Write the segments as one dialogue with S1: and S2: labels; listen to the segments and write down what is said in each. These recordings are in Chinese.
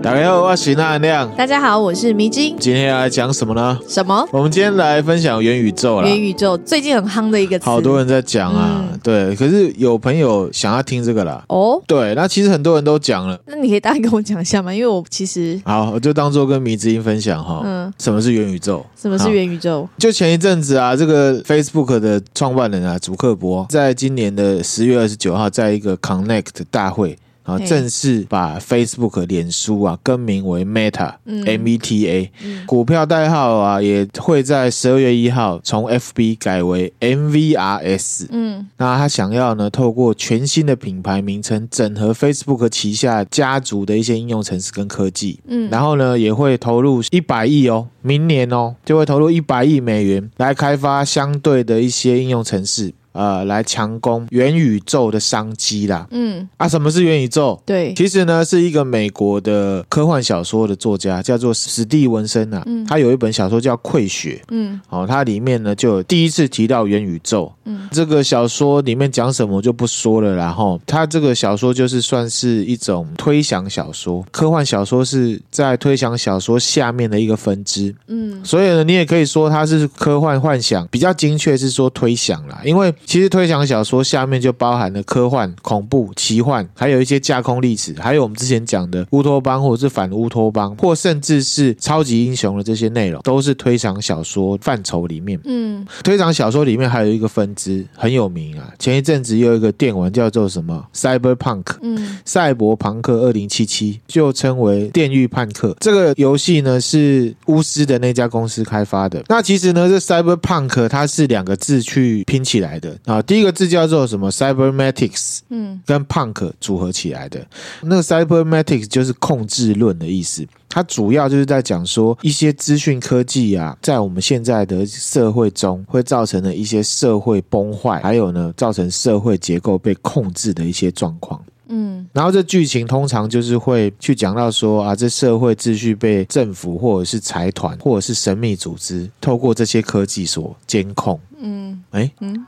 S1: 大家好，我是那亮，
S2: 大家好，我是迷津。
S1: 今天要来讲什么呢？
S2: 什么？
S1: 我们今天来分享元宇宙啦
S2: 元，宇宙最近很夯的一个词，
S1: 好多人在讲啊，
S2: 嗯
S1: 对，可是有朋友想要听这个啦，
S2: 哦。
S1: 对，那其实很多人都讲了，
S2: 那你可以大概跟我讲一下吗？因为我其实，
S1: 好，我就当做跟迷之音分享哈，
S2: 嗯，
S1: 什么是元宇宙？
S2: 什么是元宇宙？
S1: 就前一阵子啊，这个 Facebook 的创办人啊，祖克伯，在今年的十月二十九号，在一个 Connect 大会啊，
S2: 嘿
S1: 正式把 Facebook 脸书啊更名为 Meta。
S2: 嗯
S1: META
S2: 嗯
S1: 股票代号啊，也会在十二月一号从 FB 改为 MVRS。
S2: 嗯
S1: 那他想要呢，透过全新的品牌名称，整合 Facebook 旗下家族的一些应用程式跟科技，
S2: 嗯，
S1: 然后呢，也会投入一百亿哦，明年哦就会投入一百亿美元来开发相对的一些应用程式，呃，来强攻元宇宙的商机啦。
S2: 嗯，
S1: 啊，什么是元宇宙？
S2: 对，
S1: 其实呢，是一个美国的科幻小说的作家，叫做史蒂文森啊。
S2: 嗯
S1: 他有一本小说叫《溃血》，
S2: 嗯
S1: 哦，它里面呢就有第一次提到元宇宙。
S2: 嗯
S1: 这个小说里面讲什么我就不说了啦，然后它这个小说就是算是一种推想小说，科幻小说是在推想小说下面的一个分支，
S2: 嗯
S1: 所以呢，你也可以说它是科幻幻想，比较精确是说推想啦，因为其实推想小说下面就包含了科幻、恐怖、奇幻，还有一些架空历史，还有我们之前讲的乌托邦或者是反乌托邦，或甚至是超级英雄的这些内容，都是推想小说范畴里面。
S2: 嗯
S1: 推长小说里面还有一个分支很有名啊，前一阵子又有一个电玩叫做什么 Cyberpunk。
S2: 嗯
S1: 赛博朋克二零七七就称为《电狱判客》这个游戏呢，是巫师的那家公司开发的。那其实呢，这 Cyberpunk 它是两个字去拼起来的啊。第一个字叫做什么 Cybernetics，
S2: 嗯
S1: 跟 Punk 组合起来的。那个 Cybernetics 就是控制论的意思，它主要就是在讲说一些资讯科技啊，在我们现在的社会中会造成的一些社会崩坏，还有呢，造成社会结构被控制的一些状况。
S2: 嗯
S1: 然后这剧情通常就是会去讲到说啊，这社会秩序被政府或者是财团或者是神秘组织透过这些科技所监控。
S2: 嗯，
S1: 哎
S2: 嗯，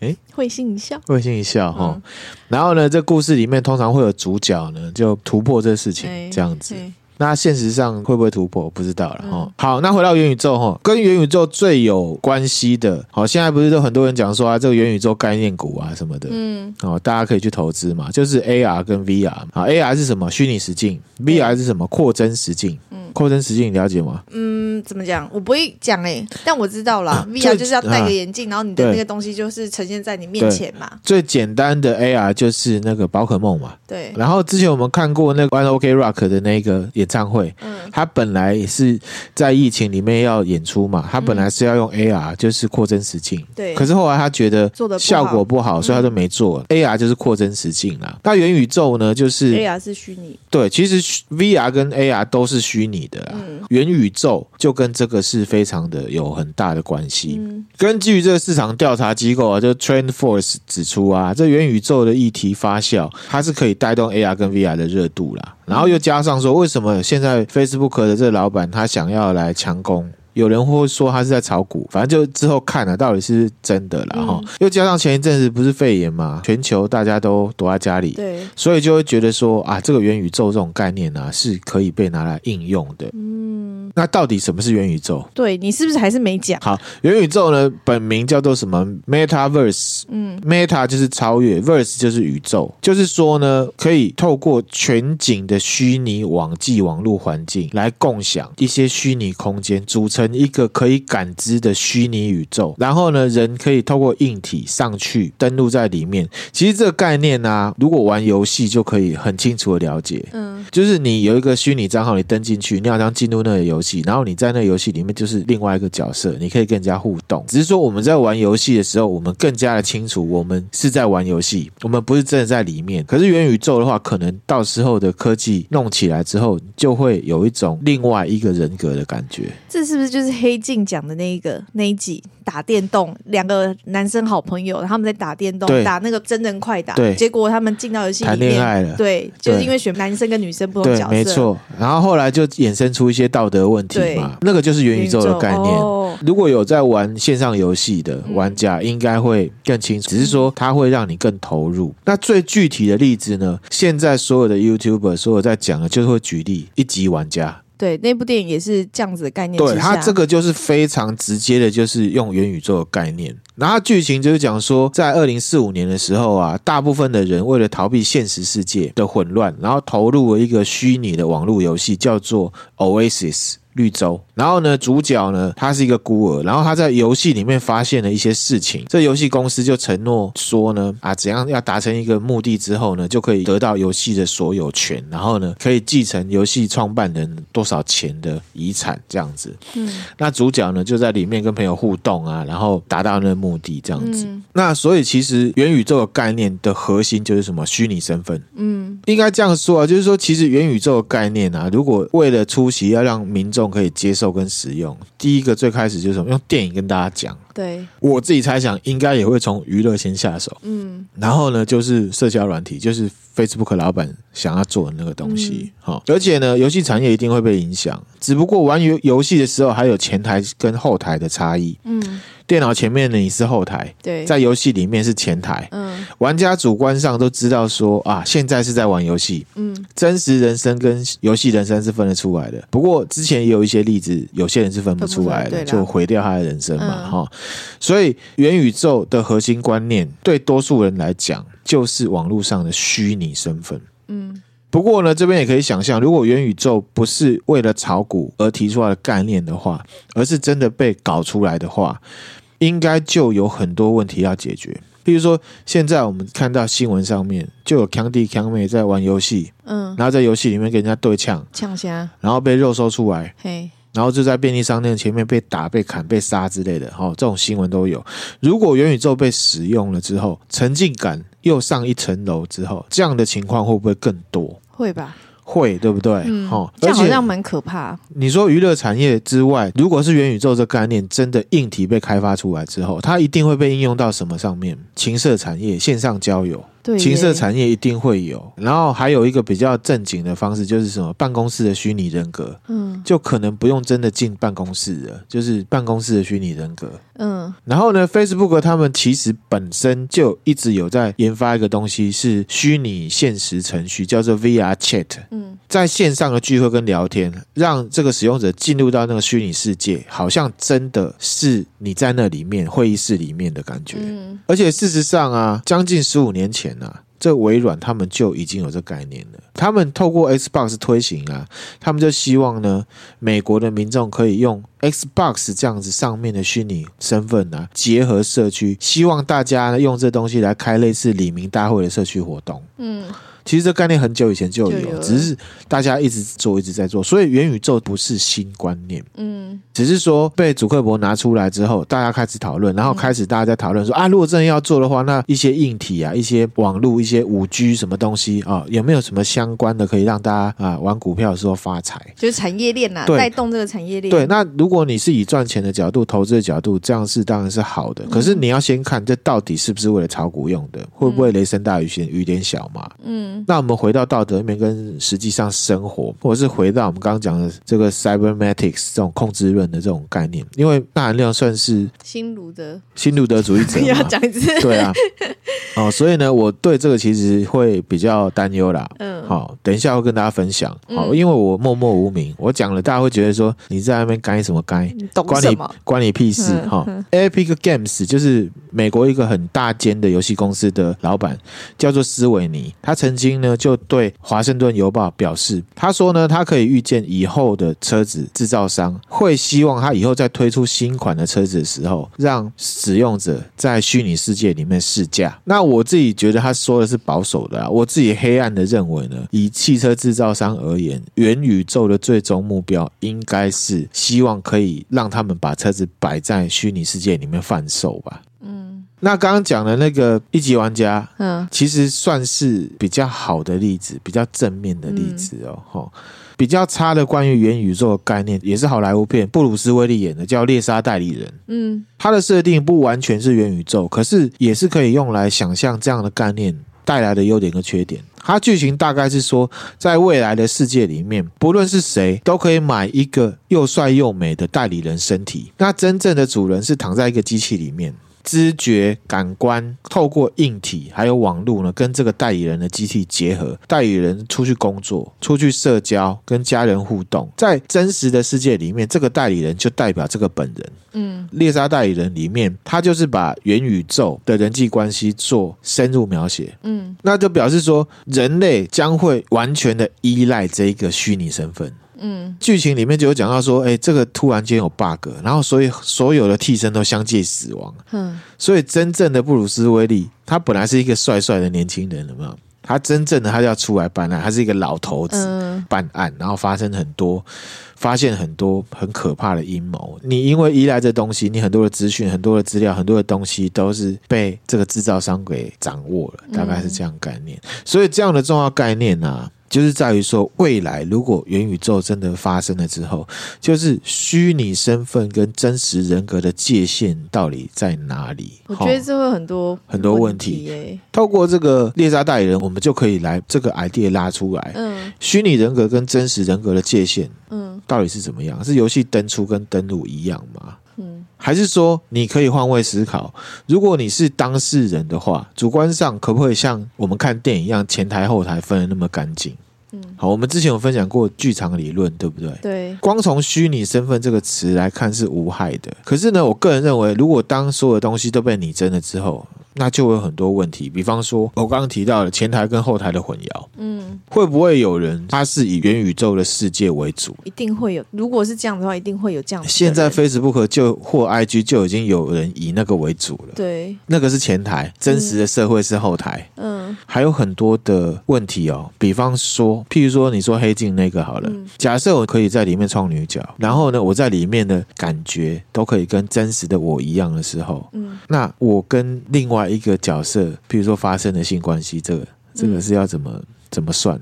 S1: 哎，
S2: 会心一笑。
S1: 会心一笑哈、
S2: 嗯
S1: 然后呢，这故事里面通常会有主角呢就突破这事情，这样子。
S2: 哎对
S1: 那现实上会不会突破，不知道了哈、
S2: 嗯
S1: 好，那回到元宇宙哈，跟元宇宙最有关系的，好，现在不是都很多人讲说啊，这个元宇宙概念股啊什么的，
S2: 嗯
S1: 哦，大家可以去投资嘛，就是 AR 跟 VR 啊，AR 是什么？虚拟实境，VR 是什么？扩增实境。
S2: 嗯
S1: 扩增实境你了解吗？
S2: 嗯，怎么讲？我不会讲哎，但我知道啦。
S1: 最
S2: VR 就是要戴
S1: 啊
S2: 个眼镜，然后你的
S1: 对
S2: 那个东西就是呈现在你面前嘛。
S1: 最简单的 AR 就是那个宝可梦嘛。
S2: 对，
S1: 然后之前我们看过那个 One OK Rock 的那个演唱会，
S2: 嗯
S1: 它本来也是在疫情里面要演出嘛，它本来是要用 AR，就是扩增实境。
S2: 嗯对
S1: 可。是后来他觉得
S2: 做得不好嗯
S1: 效果不好，所以他就没做。AR 就是扩增实境啦。那元宇宙呢，就是
S2: AR 是虚拟，
S1: 对，其实虚 VR 跟 AR 都是虚拟的啦。
S2: 嗯
S1: 元宇宙就跟这个是非常的有很大的关系。
S2: 嗯
S1: 根据这个市场调查机构啊，就 TrendForce 指出啊，这元宇宙的议题发酵，它是可以带动 AR 跟 VR 的热度啦。然后又加上说，为什么现在 Facebook 的这个老板他想要来强攻？有人会说他是在炒股，反正就之后看了、啊到底是真的啦哈、
S2: 嗯
S1: 又加上前一阵子不是肺炎嘛，全球大家都躲在家里，
S2: 对，
S1: 所以就会觉得说啊，这个元宇宙这种概念啊，是可以被拿来应用的。
S2: 嗯，
S1: 那到底什么是元宇宙？
S2: 对你是不是还是没讲？
S1: 好，元宇宙呢，本名叫做什么？Metaverse。
S2: 嗯
S1: Meta 就是超越，Verse 就是宇宙，就是说呢，可以透过全景的虚拟网际网络环境来共享一些虚拟空间，组成一个可以感知的虚拟宇宙。然后呢，人可以透过硬体上去登录在里面。其实这个概念呢、如果玩游戏就可以很清楚的了解。
S2: 嗯
S1: 就是你有一个虚拟账号，你登进去，你好像进入那个游戏，然后你在那个游戏里面就是另外一个角色，你可以跟人家互动。只是说我们在玩游戏的时候，我们更加的清楚我们是在玩游戏，我们不是真的在里面。可是元宇宙的话，可能到时候的科技弄起来之后，就会有一种另外一个人格的感觉。
S2: 这是不是就是黑镜讲的那一个那一集打电动，两个男生好朋友，他们在打电动
S1: 对，
S2: 打那个真人快打
S1: 对，
S2: 结果他们进到游戏
S1: 谈
S2: 里
S1: 恋
S2: 面，
S1: 爱了。
S2: 对，就是
S1: 对
S2: 因为选男生跟女生不同
S1: 对，
S2: 角色，
S1: 没错。然后后来就衍生出一些道德问题
S2: 对
S1: 嘛，那个就是元宇宙的概念。
S2: 哦
S1: 如果有在玩线上游戏的玩家，应该会更清楚。只是说它会让你更投入。那最具体的例子呢？现在所有的 YouTuber 所有在讲的，就是会举例一级玩家，
S2: 对，那部电影也是这样子的概念
S1: 对
S2: 之
S1: 它
S2: 下
S1: 这个就是非常直接的，就是用元宇宙的概念。然后它剧情就是讲说，在二零四五年的时候啊，大部分的人为了逃避现实世界的混乱，然后投入了一个虚拟的网络游戏，叫做 Oasis。绿洲，然后呢，主角呢，他是一个孤儿，然后他在游戏里面发现了一些事情，这游戏公司就承诺说呢，啊，怎样要达成一个目的之后呢，就可以得到游戏的所有权，然后呢，可以继承游戏创办人多少钱的遗产这样子。
S2: 嗯
S1: 那主角呢就在里面跟朋友互动啊，然后达到那个目的这样子。
S2: 嗯
S1: 那所以其实元宇宙的概念的核心就是什么？虚拟身份。
S2: 嗯，
S1: 应该这样说啊，就是说，其实元宇宙的概念啊，如果为了出席要让民众可以接受跟使用，第一个最开始就是什么？用电影跟大家讲。
S2: 对，
S1: 我自己猜想，应该也会从娱乐先下手，
S2: 嗯
S1: 然后呢，就是社交软体，就是 Facebook 老板想要做的那个东西。好、而且呢，游戏产业一定会被影响，只不过玩游游戏的时候还有前台跟后台的差异。
S2: 嗯，
S1: 电脑前面的你是后台，
S2: 对，
S1: 在游戏里面是前台。
S2: 嗯
S1: 玩家主观上都知道说啊，现在是在玩游戏，
S2: 嗯
S1: 真实人生跟游戏人生是分得出来的。不过之前也有一些例子，有些人是分不出来的，
S2: 分不出来对
S1: 就
S2: 啦
S1: 毁掉他的人生嘛，
S2: 嗯
S1: 哈、所以元宇宙的核心观念，对多数人来讲，就是网络上的虚拟身份。
S2: 嗯
S1: 不过呢，这边也可以想象，如果元宇宙不是为了炒股而提出来的概念的话，而是真的被搞出来的话，应该就有很多问题要解决。譬如说，现在我们看到新闻上面就有康弟康妹在玩游戏，
S2: 嗯，
S1: 然后在游戏里面跟人家对呛，
S2: 呛虾，
S1: 然后被肉搜出来，
S2: 嘿，
S1: 然后就在便利商店前面被打、被砍、被杀之类的，哈、这种新闻都有。如果元宇宙被使用了之后，沉浸感又上一层楼之后，这样的情况会不会更多？
S2: 会吧？
S1: 会，对不对？
S2: 嗯
S1: 哦，，
S2: 这
S1: 而
S2: 样好
S1: 且
S2: 像蛮可怕。
S1: 你说娱乐产业之外，如果是元宇宙这概念真的硬体被开发出来之后，它一定会被应用到什么上面？情色产业、线上交友。
S2: 对耶，
S1: 情色产业一定会有，然后还有一个比较正经的方式，就是什么办公室的虚拟人格，
S2: 嗯
S1: 就可能不用真的进办公室了，就是办公室的虚拟人格。
S2: 嗯
S1: 然后呢，Facebook 他们其实本身就一直有在研发一个东西，是虚拟现实程序，叫做 VR Chat。
S2: 嗯
S1: 在线上的聚会跟聊天，让这个使用者进入到那个虚拟世界，好像真的是你在那里面会议室里面的感觉。
S2: 嗯，
S1: 而且事实上啊，将近十五年前啊，这微软他们就已经有这概念了。他们透过 Xbox 推行啊，他们就希望呢，美国的民众可以用 Xbox 这样子上面的虚拟身份啊，结合社区，希望大家呢用这东西来开类似李明大会的社区活动。
S2: 嗯
S1: 其实这概念很久以前就有，
S2: 就有了
S1: 只是大家一直做，一直在做。所以元宇宙不是新观念，
S2: 嗯
S1: 只是说被祖克伯拿出来之后，大家开始讨论，然后开始大家在讨论说、啊，如果真的要做的话，那一些硬体啊、一些网络、一些五 G 什么东西啊，有没有什么相关的可以让大家啊玩股票的时候发财？
S2: 就是产业链呐，
S1: 对
S2: 带动这个产业链。
S1: 对，，那如果你是以赚钱的角度、投资的角度，这样是当然是好的。可是你要先看这到底是不是为了炒股用的，会不会雷声大雨点雨点小嘛？
S2: 嗯
S1: 那我们回到道德面跟实际上生活，或者是回到我们刚刚讲的这个 cybernetics 这种控制论的这种概念，因为纳含亮算是
S2: 新卢的
S1: 新路德主 义者
S2: 要
S1: 嘛，
S2: 讲一次，
S1: 对啊，哦，所以呢，我对这个其实会比较担忧啦。
S2: 嗯，
S1: 好、等一下会跟大家分享。好、
S2: 嗯
S1: 因为我默默无名，我讲了，大家会觉得说你在那边该什么该，
S2: 你懂
S1: 关
S2: 什
S1: 你
S2: 么？
S1: 关你屁事
S2: 嗯
S1: 哈、
S2: 嗯
S1: Epic Games 就是美国一个很大间的游戏公司的老板，叫做斯维尼。他曾经呢就对《华盛顿邮报》表示，他说呢，他可以预见以后的车子制造商会希望他以后在推出新款的车子的时候，让使用者在虚拟世界里面试驾。那我自己觉得他说的是保守的啊，我自己黑暗的认为呢，以汽车制造商而言，元宇宙的最终目标应该是希望可以让他们把车子摆在虚拟世界里面贩售吧。
S2: 嗯
S1: 那刚刚讲的那个一级玩家，
S2: 嗯
S1: 其实算是比较好的例子，比较正面的例子哦。哈、比较差的关于元宇宙的概念，也是好莱坞片布鲁斯威利演的，叫《猎杀代理人》。
S2: 嗯，
S1: 它的设定不完全是元宇宙，可是也是可以用来想象这样的概念带来的优点跟缺点。它剧情大概是说，在未来的世界里面，不论是谁都可以买一个又帅又美的代理人身体。那真正的主人是躺在一个机器里面，知觉、感官透过硬体还有网络呢，跟这个代理人的机器结合，代理人出去工作、出去社交、跟家人互动。在真实的世界里面，这个代理人就代表这个本人。
S2: 嗯，
S1: 猎杀代理人里面，他就是把元宇宙的人际关系做深入描写。
S2: 嗯，
S1: 那就表示说，人类将会完全的依赖这一个虚拟身份。
S2: 嗯，
S1: 剧情里面就有讲到说，哎、这个突然间有 bug，然后所以所有的替身都相继死亡。
S2: 哼，
S1: 所以真正的布鲁斯威利，他本来是一个帅帅的年轻人，有没有？他真正的他就要出来办案，他是一个老头子。
S2: 嗯，
S1: 办案，然后发生很多，发现很多很可怕的阴谋。你因为依赖这东西，你很多的资讯、很多的资料、很多的东西都是被这个制造商给掌握了，
S2: 嗯
S1: 大概是这样的概念。所以这样的重要概念呢、啊，就是在于说，未来如果元宇宙真的发生了之后，就是虚拟身份跟真实人格的界限到底在哪里？
S2: 我觉得
S1: 齁
S2: 这会有很多
S1: 很多问
S2: 题
S1: 题
S2: 耶，
S1: 透过这个猎杀代理人，我们就可以来这个 idea 拉出来。
S2: 嗯
S1: 虚拟人格跟真实人格的界限
S2: 嗯
S1: 到底是怎么样？是游戏登出跟登录一样吗？
S2: 嗯
S1: 还是说你可以换位思考？如果你是当事人的话，主观上可不可以像我们看电影一样，前台后台分的那么干净？
S2: 嗯，
S1: 好，我们之前有分享过剧场理论，对不对？
S2: 对，
S1: 光从虚拟身份这个词来看是无害的，可是呢，我个人认为，如果当所有东西都被拟真了之后，那就会有很多问题。比方说，我刚刚提到的前台跟后台的混淆，
S2: 嗯，
S1: 会不会有人他是以元宇宙的世界为主？
S2: 一定会有。如果是这样的话，一定会有这样子的
S1: 现
S2: 人。
S1: 在 Facebook 就或 IG 就已经有人以那个为主了，
S2: 对，
S1: 那个是前台，真实的社会是后台，
S2: 嗯
S1: 还有很多的问题哦。比方说，譬如说你说黑镜那个好了，
S2: 嗯
S1: 假设我可以在里面创女角，然后呢，我在里面的感觉都可以跟真实的我一样的时候，
S2: 嗯，
S1: 那我跟另外一个角色，譬如说发生了性关系，这个这个
S2: 嗯
S1: 是要怎么怎么 算？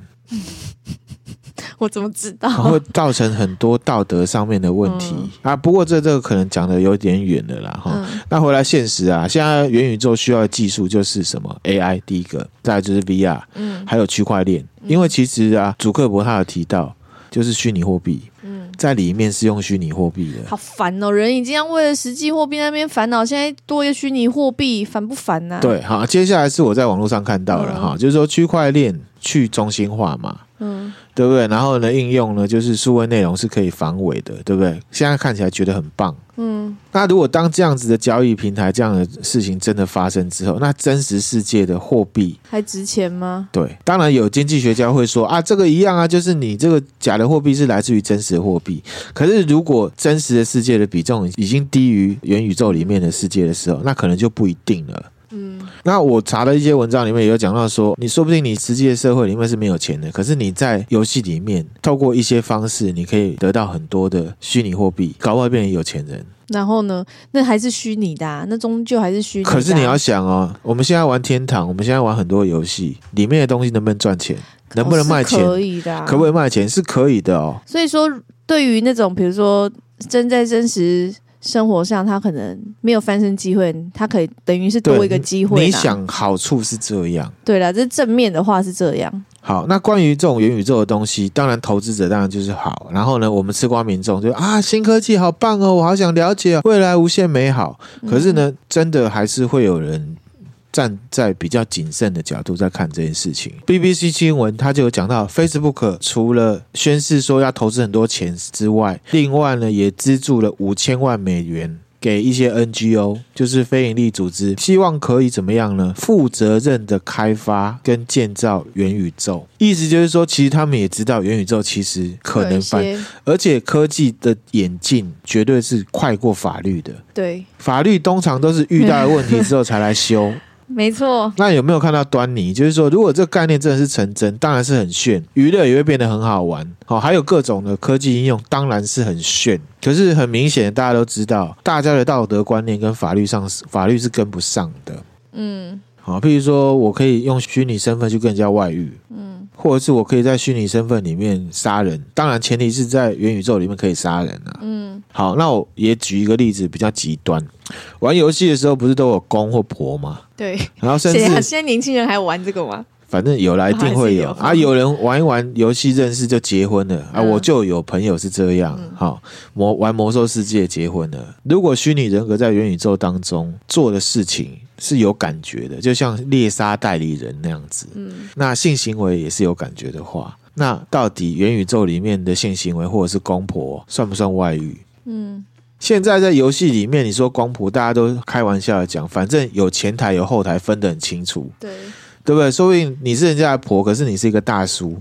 S2: 我怎么知道？
S1: 然后会造成很多道德上面的问题、
S2: 嗯
S1: 啊。不过这这个可能讲的有点远了啦，哈。
S2: 嗯
S1: 那回来现实啊，现在元宇宙需要的技术就是什么 AI，第一个，再来就是 VR，
S2: 嗯
S1: 还有区块链。因为其实啊，主克伯他有提到，就是虚拟货币
S2: 嗯，
S1: 在里面是用虚拟货币的。
S2: 好烦哦！人已经要为了实际货币那边烦恼，现在多一个虚拟货币，烦不烦啊呐、，
S1: 对，好，接下来是我在网络上看到了
S2: 嗯
S1: 哈，就是说区块链去中心化嘛，
S2: 嗯
S1: 对不对？然后呢，应用呢就是数位内容是可以防伪的，对不对？现在看起来觉得很棒。
S2: 嗯
S1: 那如果当这样子的交易平台这样的事情真的发生之后，那真实世界的货币，
S2: 还值钱吗？
S1: 对，当然有经济学家会说啊，这个一样啊，就是你这个假的货币是来自于真实的货币。可是如果真实的世界的比重已经低于元宇宙里面的世界的时候，那可能就不一定了。
S2: 嗯
S1: 那我查的一些文章里面也有讲到说，你说不定你实际的社会里面是没有钱的，可是你在游戏里面透过一些方式，你可以得到很多的虚拟货币，搞不好变成有钱人。
S2: 然后呢？那还是虚拟的、啊，那终究还是虚拟的啊、
S1: 可是你要想哦，我们现在玩天堂，我们现在玩很多游戏，里面的东西能不能赚钱，能不能卖钱，
S2: 哦是可以的、啊，
S1: 可不可以卖钱是可以的哦。
S2: 所以说，对于那种比如说真在真实生活上，他可能没有翻身机会，他可以等于是多
S1: 对
S2: 一个机会啦。
S1: 你想好处是这样。
S2: 对了，这正面的话是这样，
S1: 好，那关于这种元宇宙的东西，当然投资者当然就是好，然后呢，我们吃瓜民众就啊，新科技好棒哦，我好想了解哦，未来无限美好。可是
S2: 嗯
S1: 呢，真的还是会有人站在比较谨慎的角度在看这件事情。BBC 新闻它就有讲到，Facebook 除了宣示说要投资很多钱之外，另外呢也资助了五千万美元。给一些 NGO，就是非营利组织，希望可以怎么样呢？负责任的开发跟建造元宇宙，意思就是说，其实他们也知道元宇宙其实可
S2: 有
S1: 能
S2: 一
S1: 翻，
S2: 些
S1: 而且科技的演进绝对是快过法律的。
S2: 对，
S1: 法律通常都是遇到了问题之后才来 修。
S2: 没错，
S1: 那有没有看到端倪？就是说，如果这个概念真的是成真，当然是很炫，娱乐也会变得很好玩。好、还有各种的科技应用，当然是很炫。可是很明显，大家都知道，大家的道德观念跟法律上是法律是跟不上的。
S2: 嗯
S1: 好，譬如说我可以用虚拟身份去跟人家外遇，
S2: 嗯，
S1: 或者是我可以在虚拟身份里面杀人，当然前提是在元宇宙里面可以杀人啊。
S2: 嗯，
S1: 好，那我也举一个例子，比较极端，玩游戏的时候不是都有公或婆吗？
S2: 对。
S1: 然后甚
S2: 现在
S1: 至
S2: 现在年轻人还玩这个吗？
S1: 反正有来一定会有
S2: 哦还
S1: 啊，
S2: 是有
S1: 有人玩一玩游戏认识就结婚了啊，
S2: 嗯
S1: 我就有朋友是这样，好魔玩魔兽世界结婚了。如果虚拟人格在元宇宙当中做的事情是有感觉的，就像猎杀代理人那样子，
S2: 嗯，
S1: 那性行为也是有感觉的话，那到底元宇宙里面的性行为或者是公婆算不算外遇？
S2: 嗯，
S1: 现在在游戏里面，你说公婆，大家都开玩笑的讲，反正有前台有后台分得很清楚，
S2: 对，
S1: 对不对？说不定你是人家的婆，可是你是一个大叔，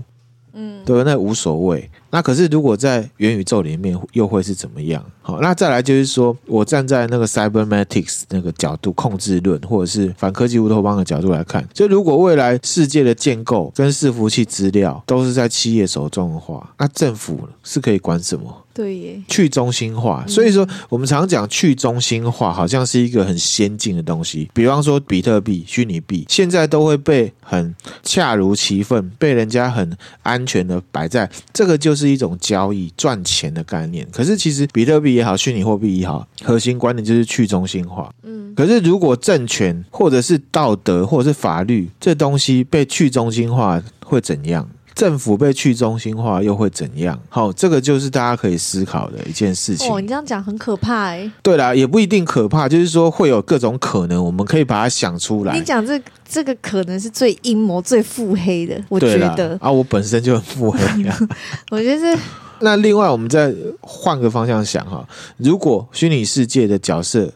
S2: 嗯，
S1: 对不对？那无所谓。那可是如果在元宇宙里面又会是怎么样？好，那再来就是说，我站在那个 cybernetics 那个角度控制论，或者是反科技乌托邦的角度来看，就如果未来世界的建构跟伺服器资料都是在企业手中的话，那政府是可以管什么？
S2: 对耶，
S1: 去中心化，所以说我们常讲去中心化，好像是一个很先进的东西。比方说比特币、虚拟币，现在都会被很恰如其分，被人家很安全的摆在这个就是一种交易赚钱的概念。可是其实比特币也好，虚拟货币也好，核心观点就是去中心化。
S2: 嗯，
S1: 可是如果政权或者是道德或者是法律这东西被去中心化会怎样？政府被去中心化又会怎样？好、这个就是大家可以思考的一件事情。
S2: 哦，你这样讲很可怕哎，
S1: 对啦，也不一定可怕，就是说会有各种可能，我们可以把它想出来
S2: 你。讲这这个可能是最阴谋、最腹黑的，我
S1: 对
S2: 觉
S1: 啦
S2: 得，
S1: 啊，我本身就很腹黑啊。
S2: 我觉得是
S1: 那另外，我们再换个方向想哈，如果虚拟世界的角色，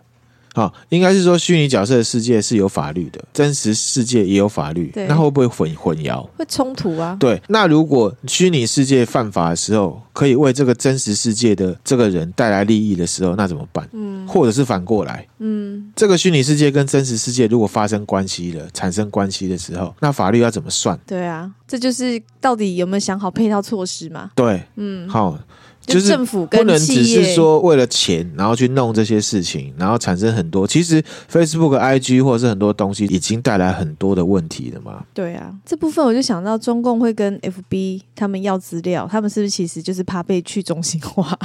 S1: 啊，应该是说虚拟角色的世界是有法律的，真实世界也有法律
S2: 对，
S1: 那会不会混混淆？
S2: 会冲突啊，
S1: 对，那如果虚拟世界犯法的时候，可以为这个真实世界的这个人带来利益的时候，那怎么办？
S2: 嗯
S1: 或者是反过来，
S2: 嗯，
S1: 这个虚拟世界跟真实世界如果发生关系了，产生关系的时候，那法律要怎么算？
S2: 对啊，这就是到底有没有想好配套措施嘛？
S1: 对，
S2: 嗯，
S1: 好、就是
S2: 政府
S1: 不
S2: 跟
S1: 能只
S2: 企业
S1: 是说为了钱，然后去弄这些事情，然后产生很多。其实 Facebook、IG 或者是很多东西已经带来很多的问题了嘛。
S2: 对啊，这部分我就想到中共会跟 FB 他们要资料，他们是不是其实就是怕被去中心化？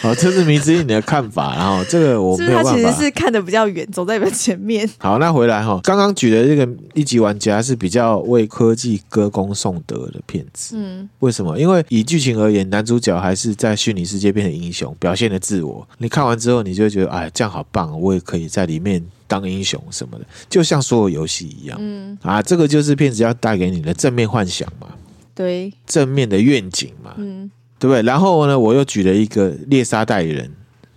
S1: 好，这是迷之音你的看法，然后这 个我
S2: 是
S1: 没
S2: 不是
S1: 有
S2: 他其
S1: 办
S2: 实
S1: 法。
S2: 是看的比较远，走在你们前面？
S1: 好，那回来哈，刚刚举的这个一级玩家是比较为科技歌功颂德的片子，
S2: 嗯，
S1: 为什么？因为以剧情而言，男主角还是在虚拟世界变成英雄，表现的自我。你看完之后，你就会觉得，哎，这样好棒，我也可以在里面当英雄什么的，就像所有游戏一样。
S2: 嗯，
S1: 啊，这个就是骗子要带给你的正面幻想嘛，
S2: 对，
S1: 正面的愿景嘛，
S2: 嗯
S1: 对不对？然后呢，我又举了一个猎杀代理人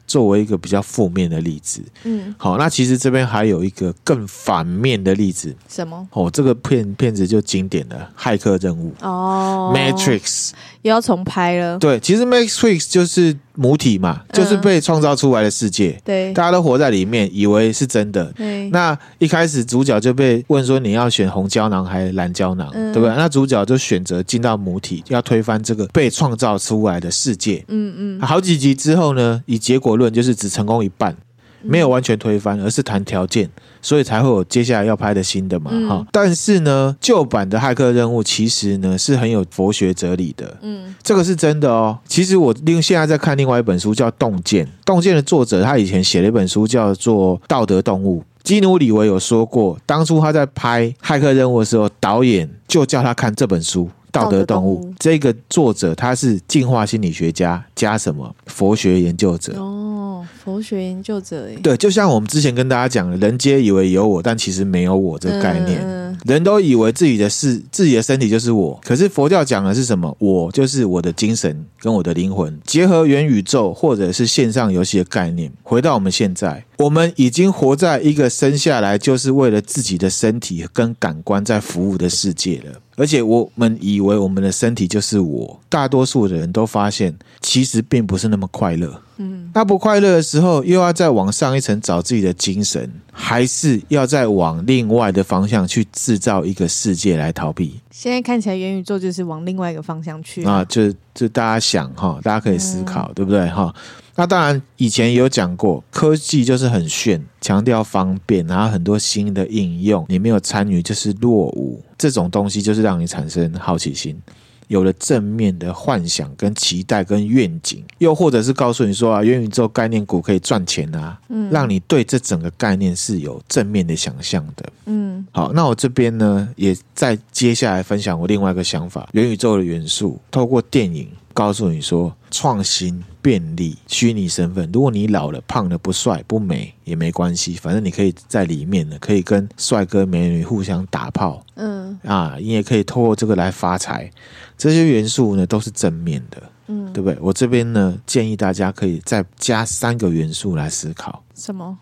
S1: 作为一个比较负面的例子。
S2: 嗯，
S1: 好，那其实这边还有一个更反面的例子
S2: 什么？
S1: 哦，这个骗骗子就经典的骇客任务。
S2: 哦
S1: Matrix，
S2: 又要重拍了，
S1: 对，其实 Matrix 就是母体嘛，就是被创造出来的世界，
S2: 嗯对
S1: 大家都活在里面，以为是真的，
S2: 对，
S1: 那一开始主角就被问说你要选红胶囊还是蓝胶囊，
S2: 嗯
S1: 对不对？那主角就选择进到母体，要推翻这个被创造出来的世界。
S2: 嗯嗯，
S1: 好几集之后呢，以结果论就是只成功一半，
S2: 嗯
S1: 没有完全推翻，而是谈条件，所以才会有接下来要拍的新的嘛
S2: 嗯
S1: 哈、但是呢，旧版的骇客任务其实呢是很有佛学哲理的，
S2: 嗯
S1: 这个是真的哦。其实我另现在在看另外一本书，叫《洞见》。《洞见》的作者他以前写了一本书，叫做《道德动物》。基努里维有说过，当初他在拍《骇客任务》的时候，导演就叫他看这本书《道德动物》
S2: 道德动物
S1: 这个作者他是进化心理学家加什么佛学研究者。
S2: 哦，佛学研究者哎，
S1: 对，就像我们之前跟大家讲的，人皆以为有我，但其实没有我这个概念。
S2: 嗯嗯
S1: 人都以为自己的是自己的身体就是我，可是佛教讲的是什么？我就是我的精神跟我的灵魂，结合元宇宙或者是线上游戏的概念。回到我们现在，我们已经活在一个生下来就是为了自己的身体跟感官在服务的世界了。而且我们以为我们的身体就是我，大多数的人都发现，其实并不是那么快乐。
S2: 嗯
S1: 那不快乐的时候，又要再往上一层找自己的精神，还是要再往另外的方向去制造一个世界来逃避？
S2: 现在看起来元宇宙就是往另外一个方向去嗯
S1: 啊，就就大家想哈，大家可以思考，对不对哈？那当然，以前也有讲过，科技就是很炫，强调方便，然后很多新的应用，你没有参与就是落伍。这种东西就是让你产生好奇心，有了正面的幻想、跟期待、跟愿景，又或者是告诉你说啊，元宇宙概念股可以赚钱啊，
S2: 嗯
S1: 让你对这整个概念是有正面的想象的。
S2: 嗯
S1: 好，那我这边呢，也在接下来分享我另外一个想法：元宇宙的元素，透过电影告诉你说，创新、便利、虚拟身份。如果你老了、胖了、不帅、不美也没关系，反正你可以在里面呢，可以跟帅哥美女互相打炮
S2: 嗯
S1: 啊，你也可以透过这个来发财。这些元素呢，都是正面的，
S2: 嗯，
S1: 对不对？我这边呢，建议大家可以再加三个元素来思考：
S2: 什么？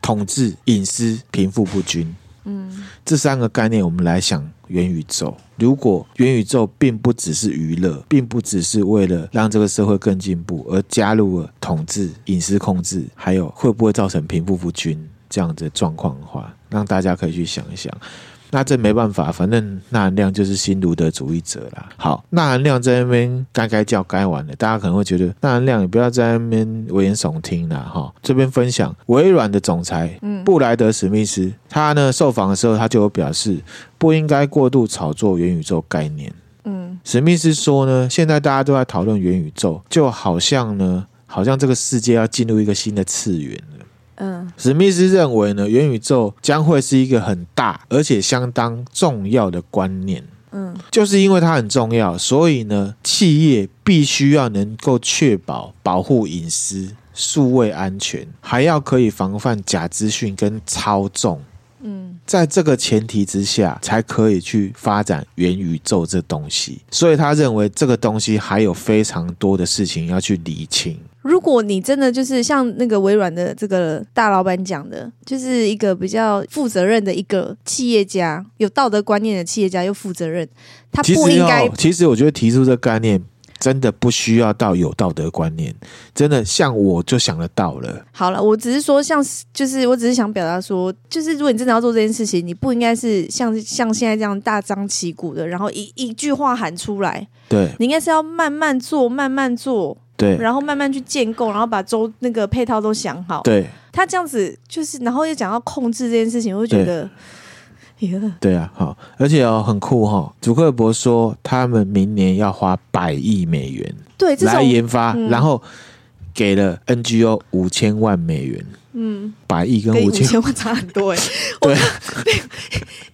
S1: 统治、隐私、贫富不均。
S2: 嗯
S1: 这三个概念，我们来想元宇宙。如果元宇宙并不只是娱乐，并不只是为了让这个社会更进步，而加入了统治、隐私控制，还有会不会造成贫富不均这样的状况的话，让大家可以去想一想。那这没办法，反正纳含亮就是新卢德主义者啦。好，纳含亮在那边该该叫该玩的，大家可能会觉得纳含亮也不要在那边危言耸听啦。哈，这边分享微软的总裁
S2: 嗯，
S1: 布莱德史密斯，他呢受访的时候，他就有表示，不应该过度炒作元宇宙概念。
S2: 嗯
S1: 史密斯说呢，现在大家都在讨论元宇宙，就好像呢，好像这个世界要进入一个新的次元了。
S2: 嗯
S1: 史密斯认为呢，元宇宙将会是一个很大而且相当重要的观念。
S2: 嗯
S1: 就是因为它很重要，所以呢，企业必须要能够确保保护隐私、数位安全，还要可以防范假资讯跟操纵。
S2: 嗯
S1: 在这个前提之下，才可以去发展元宇宙这东西。所以他认为这个东西还有非常多的事情要去理清。
S2: 如果你真的就是像那个微软的这个大老板讲的，就是一个比较负责任的一个企业家，有道德观念的企业家又负责任，他
S1: 其
S2: 不
S1: 实
S2: 应该
S1: 哦，其实我觉得提出这概念。真的不需要到有道德观念，真的像我就想得到了。
S2: 好了，我只是说像，就是我只是想表达说，就是如果你真的要做这件事情，你不应该是像像现在这样大张旗鼓的，然后一一句话喊出来，
S1: 对
S2: 你应该是要慢慢做，慢慢做，
S1: 对
S2: 然后慢慢去建构，然后把周那个配套都想好。
S1: 对
S2: 他这样子就是，然后又讲到控制这件事情，我就觉得，哎呀，
S1: 对啊，好，而且哦，很酷哈、哦。祖克伯说，他们明年要花百亿美元
S2: 对这
S1: 来
S2: 种，
S1: 研发，
S2: 嗯
S1: 然后给了 NGO 五千万美元，
S2: 嗯，
S1: 百亿跟
S2: 跟
S1: 五
S2: 五
S1: 千
S2: 千万差很多 哎、
S1: 对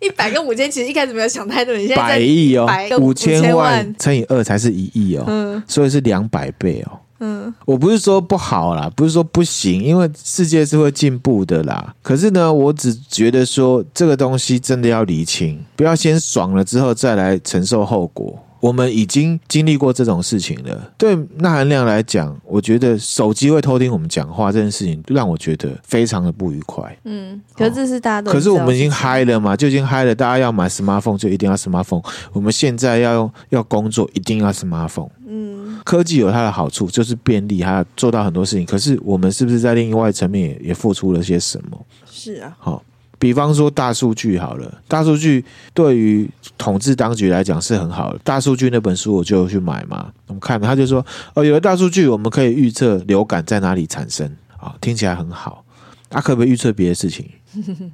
S2: 一百跟五千，其实一开始没有想太多，你现在
S1: 百
S2: 在，
S1: 亿哦
S2: 百，跟
S1: 五
S2: 5000
S1: 万
S2: 万
S1: 乘以二才是一亿哦，
S2: 嗯
S1: 所以是两百倍哦。
S2: 嗯
S1: 我不是说不好啦，不是说不行，因为世界是会进步的啦。可是呢，我只觉得说这个东西真的要厘清，不要先爽了之后再来承受后果。我们已经经历过这种事情了。对那含量来讲，我觉得手机会偷听我们讲话这件事情，让我觉得非常的不愉快。
S2: 嗯，可是这是大家都
S1: 可是我们已经
S2: 嗨。
S1: 嗨了嘛，就已经嗨了。大家要买 smartphone 就一定要 smartphone。我们现在要用要工作，一定要 smartphone。
S2: 嗯
S1: 科技有它的好处，就是便利，还有做到很多事情。可是我们是不是在另外一层面也也付出了些什么？，
S2: 是啊，
S1: 好、比方说大数据好了，大数据对于统治当局来讲是很好的。大数据那本书我就有去买嘛，我们看他就说，哦，有了大数据，我们可以预测流感在哪里产生啊、听起来很好。啊，可不可以预测别的事情？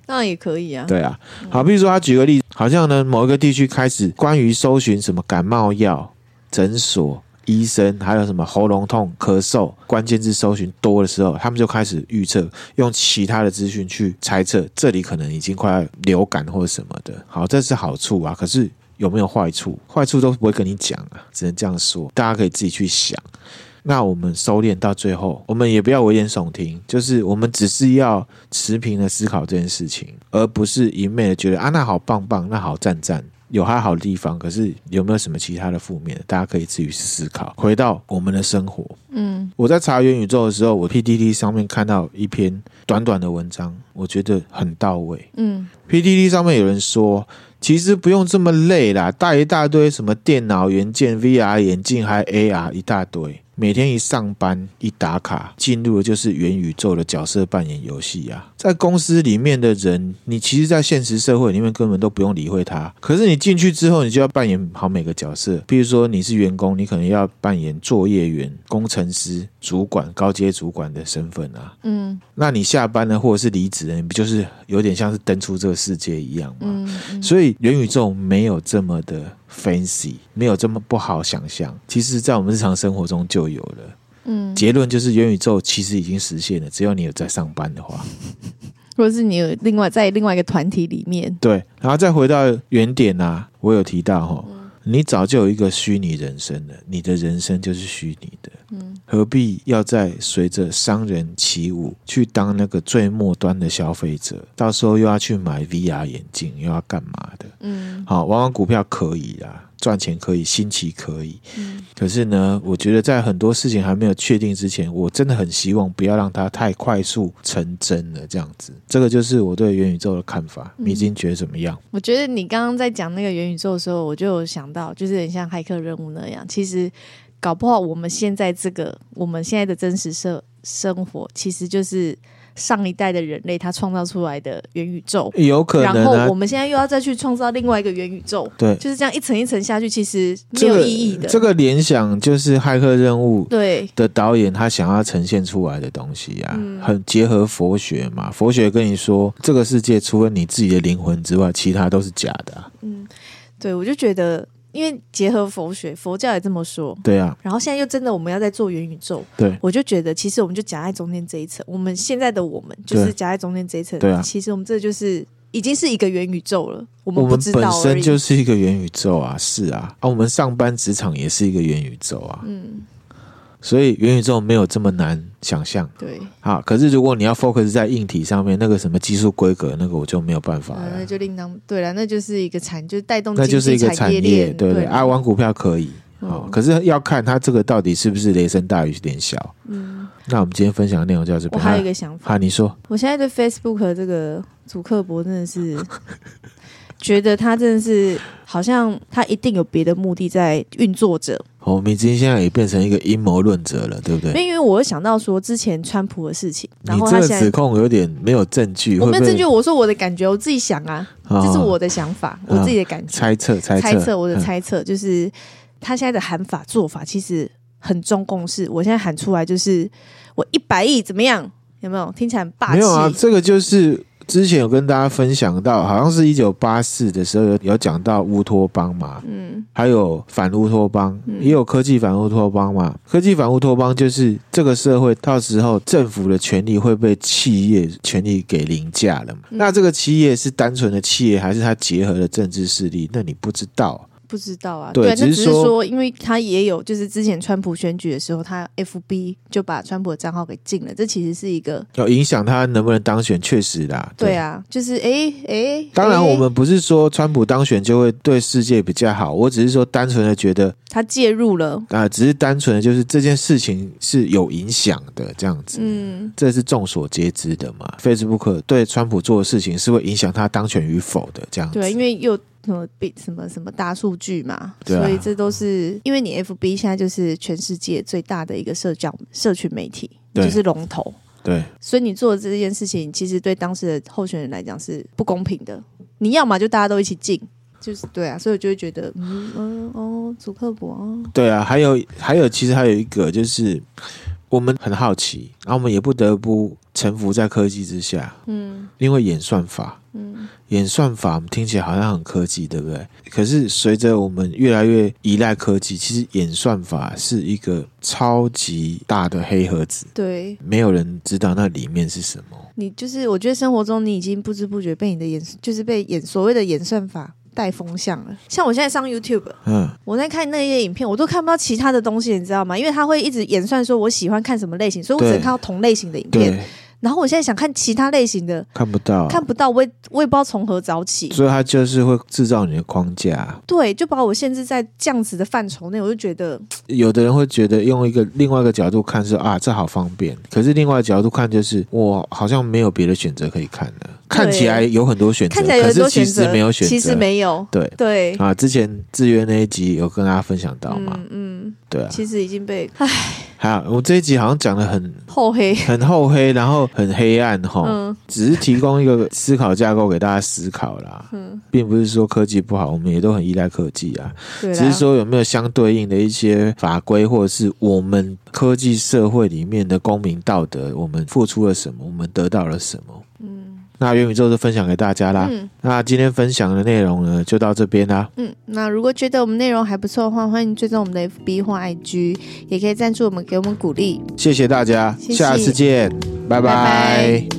S2: 那也可以啊。
S1: 对啊，好，比如说他举个例子，好像呢某一个地区开始关于搜寻什么感冒药、诊所、医生，还有什么喉咙痛、咳嗽关键字搜寻多的时候，他们就开始预测，用其他的资讯去猜测这里可能已经快要流感或者什么的。好，这是好处啊，可是。有没有坏处？坏处都不会跟你讲啊，只能这样说，大家可以自己去想。那我们收敛到最后，我们也不要危言耸听，就是我们只是要持平的思考这件事情，而不是一昧的觉得啊，那好棒棒，那好赞赞，有它好的地方，可是有没有什么其他的负面的？大家可以自己去思考。回到我们的生活，
S2: 嗯
S1: 我在查元宇宙的时候，我 PDD 上面看到一篇短短的文章，我觉得很到位。
S2: 嗯
S1: PDD 上面有人说，其实不用这么累啦，带一大堆什么电脑元件、VR 眼镜还 AR 一大堆。每天一上班一打卡，进入的就是元宇宙的角色扮演游戏啊。在公司里面的人，你其实，在现实社会里面根本都不用理会他。可是你进去之后，你就要扮演好每个角色。比如说你是员工，你可能要扮演作业员、工程师、主管、高阶主管的身份啊。
S2: 嗯
S1: 那你下班了或者是离职了，你不就是有点像是登出这个世界一样吗？
S2: 嗯，嗯
S1: 所以元宇宙没有这么的 fancy，没有这么不好想象。其实，在我们日常生活中就有了。
S2: 嗯，
S1: 结论就是，元宇宙其实已经实现了，只要你有在上班的话。
S2: 如果是你有另外在另外一个团体里面，
S1: 对，然后再回到原点啊，我有提到哈，你早就有一个虚拟人生了，你的人生就是虚拟的，
S2: 嗯
S1: 何必要再随着商人起舞，去当那个最末端的消费者？到时候又要去买 VR 眼镜，又要干嘛的？
S2: 嗯
S1: 好，玩玩股票可以啦，赚钱可以，新奇可以。
S2: 嗯
S1: 可是呢，我觉得在很多事情还没有确定之前，我真的很希望不要让它太快速成真了。这样子，这个就是我对元宇宙的看法。
S2: 嗯
S1: 你已经觉得怎么样？
S2: 我觉得你刚刚在讲那个元宇宙的时候，我就有想到，就是很像骇客任务那样。其实搞不好我们现在这个我们现在的真实社生活，其实就是上一代的人类他创造出来的元宇宙。
S1: 有可
S2: 然
S1: 能
S2: 后
S1: 啊
S2: 我，们现在又要再去创造另外一个元宇宙，
S1: 对，
S2: 就是这样一层一层下去，其实没
S1: 这
S2: 有
S1: 个
S2: 意义的。
S1: 这个联想就是《骇客任务》
S2: 对，
S1: 的导演他想要呈现出来的东西啊，
S2: 嗯
S1: 很结合佛学嘛。佛学跟你说，这个世界除了你自己的灵魂之外，其他都是假的、啊。
S2: 嗯，对，我就觉得，因为结合佛学，佛教也这么说，
S1: 对啊，
S2: 然后现在又真的我们要在做元宇宙，
S1: 对
S2: 我就觉得其实我们就夹在中间这一层，我们现在的我们就
S1: 对
S2: 是夹在中间这一层，
S1: 对啊
S2: 其实我们这就是已经是一个元宇宙了，
S1: 我
S2: 我们不
S1: 们
S2: 知
S1: 本
S2: 道而
S1: 身
S2: 已，
S1: 就是一个元宇宙啊，是啊，啊，我们上班职场也是一个元宇宙啊，
S2: 嗯，
S1: 所以元宇宙没有这么难想象
S2: 对，
S1: 啊。可是如果你要 focus 在硬体上面，那个什么技术规格，那个我就没有办法
S2: 啊，
S1: 了
S2: 那，就另当对了，那就是一个产，就是带动
S1: 那就是一
S2: 嗯经济
S1: 个产
S2: 业
S1: 业，
S2: 链，
S1: 对对。
S2: 对
S1: 啊，玩股票可以啊、
S2: 嗯
S1: 可是要看它这个到底是不是雷声大雨点小。
S2: 嗯，
S1: 那我们今天分享的内容就到这
S2: 我
S1: 边。
S2: 还有一
S1: 哈
S2: 个想法，
S1: 哈，你说，
S2: 我现在对 Facebook 的这个主克伯真的是觉得他真的是好像他一定有别的目的在运作着，
S1: 我们已经哦现在也变成一个阴谋论者了，对不对？
S2: 因为我有想到说之前川普的事情，然
S1: 你
S2: 后
S1: 这
S2: 他
S1: 个
S2: 现
S1: 指
S2: 在。
S1: 控有点没有证据，
S2: 我
S1: 会
S2: 没
S1: 不
S2: 有
S1: 会
S2: 证据，我说我的感觉，我自己想啊，
S1: 啊
S2: 这是我的想法，我自己的感觉，
S1: 猜测嗯猜测
S2: 猜测我的
S1: 嗯
S2: 猜测就是，他现在的喊法做法其实很中共式。我现在喊出来就是我一百亿怎么样？有没有听起来很霸
S1: 没有啊，
S2: 气？
S1: 这个就是之前有跟大家分享到，好像是一九八四的时候有有讲到乌托邦嘛，
S2: 嗯
S1: 还有反乌托邦，也有科技反乌托邦嘛。科技反乌托邦就是这个社会到时候政府的权利会被企业权利给凌驾了嘛。
S2: 嗯
S1: 那这个企业是单纯的企业，还是它结合了政治势力？那你不知道。
S2: 不知道啊。
S1: 对
S2: 对，那
S1: 只
S2: 只
S1: 是
S2: 是
S1: 说
S2: 说，因为他也有，就是之前川普选举的时候，他 FB 就把川普的账号给禁了，这其实是一个
S1: 要影响他能不能当选，确实啦。
S2: 对啊，就是诶诶，
S1: 当然，
S2: 诶
S1: 我们不是说川普当选就会对世界比较好，我只是说单纯的觉得
S2: 他介入了，
S1: 啊、只是单纯的就是这件事情是有影响的这样子，
S2: 嗯
S1: 这是众所皆知的嘛。Facebook 对川普做的事情是会影响他当选与否的这样子。
S2: 对，啊因为又什么比什么什么大数据嘛，
S1: 对啊
S2: 所以这都是因为你 FB 现在就是全世界最大的一个社交社群媒体，
S1: 对
S2: 就是龙头，
S1: 对
S2: 所以你做的这件事情，其实对当时的候选人来讲是不公平的。你要嘛就大家都一起进，就是对啊，所以我就会觉得，嗯嗯哦，祖克伯哦，
S1: 对啊，还有还有，其实还有一个就是我们很好奇，然后我们也不得不臣服在科技之下，
S2: 嗯
S1: 因为演算法，
S2: 嗯
S1: 演算法我们听起来好像很科技，对不对？可是随着我们越来越依赖科技，其实演算法是一个超级大的黑盒子。
S2: 对
S1: 没有人知道那里面是什么。
S2: 你就是，我觉得生活中你已经不知不觉被你的演，就是被演所谓的演算法带风向了。像我现在上 YouTube。
S1: 嗯，
S2: 我在看那些影片，我都看不到其他的东西，你知道吗？因为他会一直演算说我喜欢看什么类型，所以我只能
S1: 对
S2: 看到同类型的影片。
S1: 对，
S2: 然后我现在想看其他类型的，
S1: 看不到，
S2: 看不到，我也我也不知道从何找起。
S1: 所以它就是会制造你的框架。
S2: 对，就把我限制在这样子的范畴内，我就觉得
S1: 有的人会觉得用一个另外一个角度看是啊，这好方便。可是另外一个角度看就是我好像没有别的选择可以看了。看起来有很多选择，
S2: 看起来有很多
S1: 可是
S2: 选
S1: 其实
S2: 择，
S1: 没有选择，
S2: 其实没有。
S1: 对
S2: 对，
S1: 啊。之前志愿那一集有跟大家分享到嘛？
S2: 嗯嗯，
S1: 对啊，
S2: 其实已经被
S1: 还有我这一集好像讲的很
S2: 厚黑。
S1: 很厚黑，然后很黑暗哈，
S2: 嗯
S1: 只是提供一个思考架构给大家思考啦，
S2: 嗯，
S1: 并不是说科技不好，我们也都很依赖科技啊，
S2: 对啦
S1: 只是说有没有相对应的一些法规，或者是我们科技社会里面的公民道德，我们付出了什么，我们得到了什么。
S2: 嗯
S1: 那元宇宙就分享给大家啦。
S2: 嗯
S1: 那今天分享的内容呢，就到这边啦。
S2: 嗯，那如果觉得我们内容还不错的话，欢迎追踪我们的 FB 或 IG，也可以赞助我们，给我们鼓励。
S1: 谢谢大家，
S2: 谢谢
S1: 下次见，拜
S2: 拜拜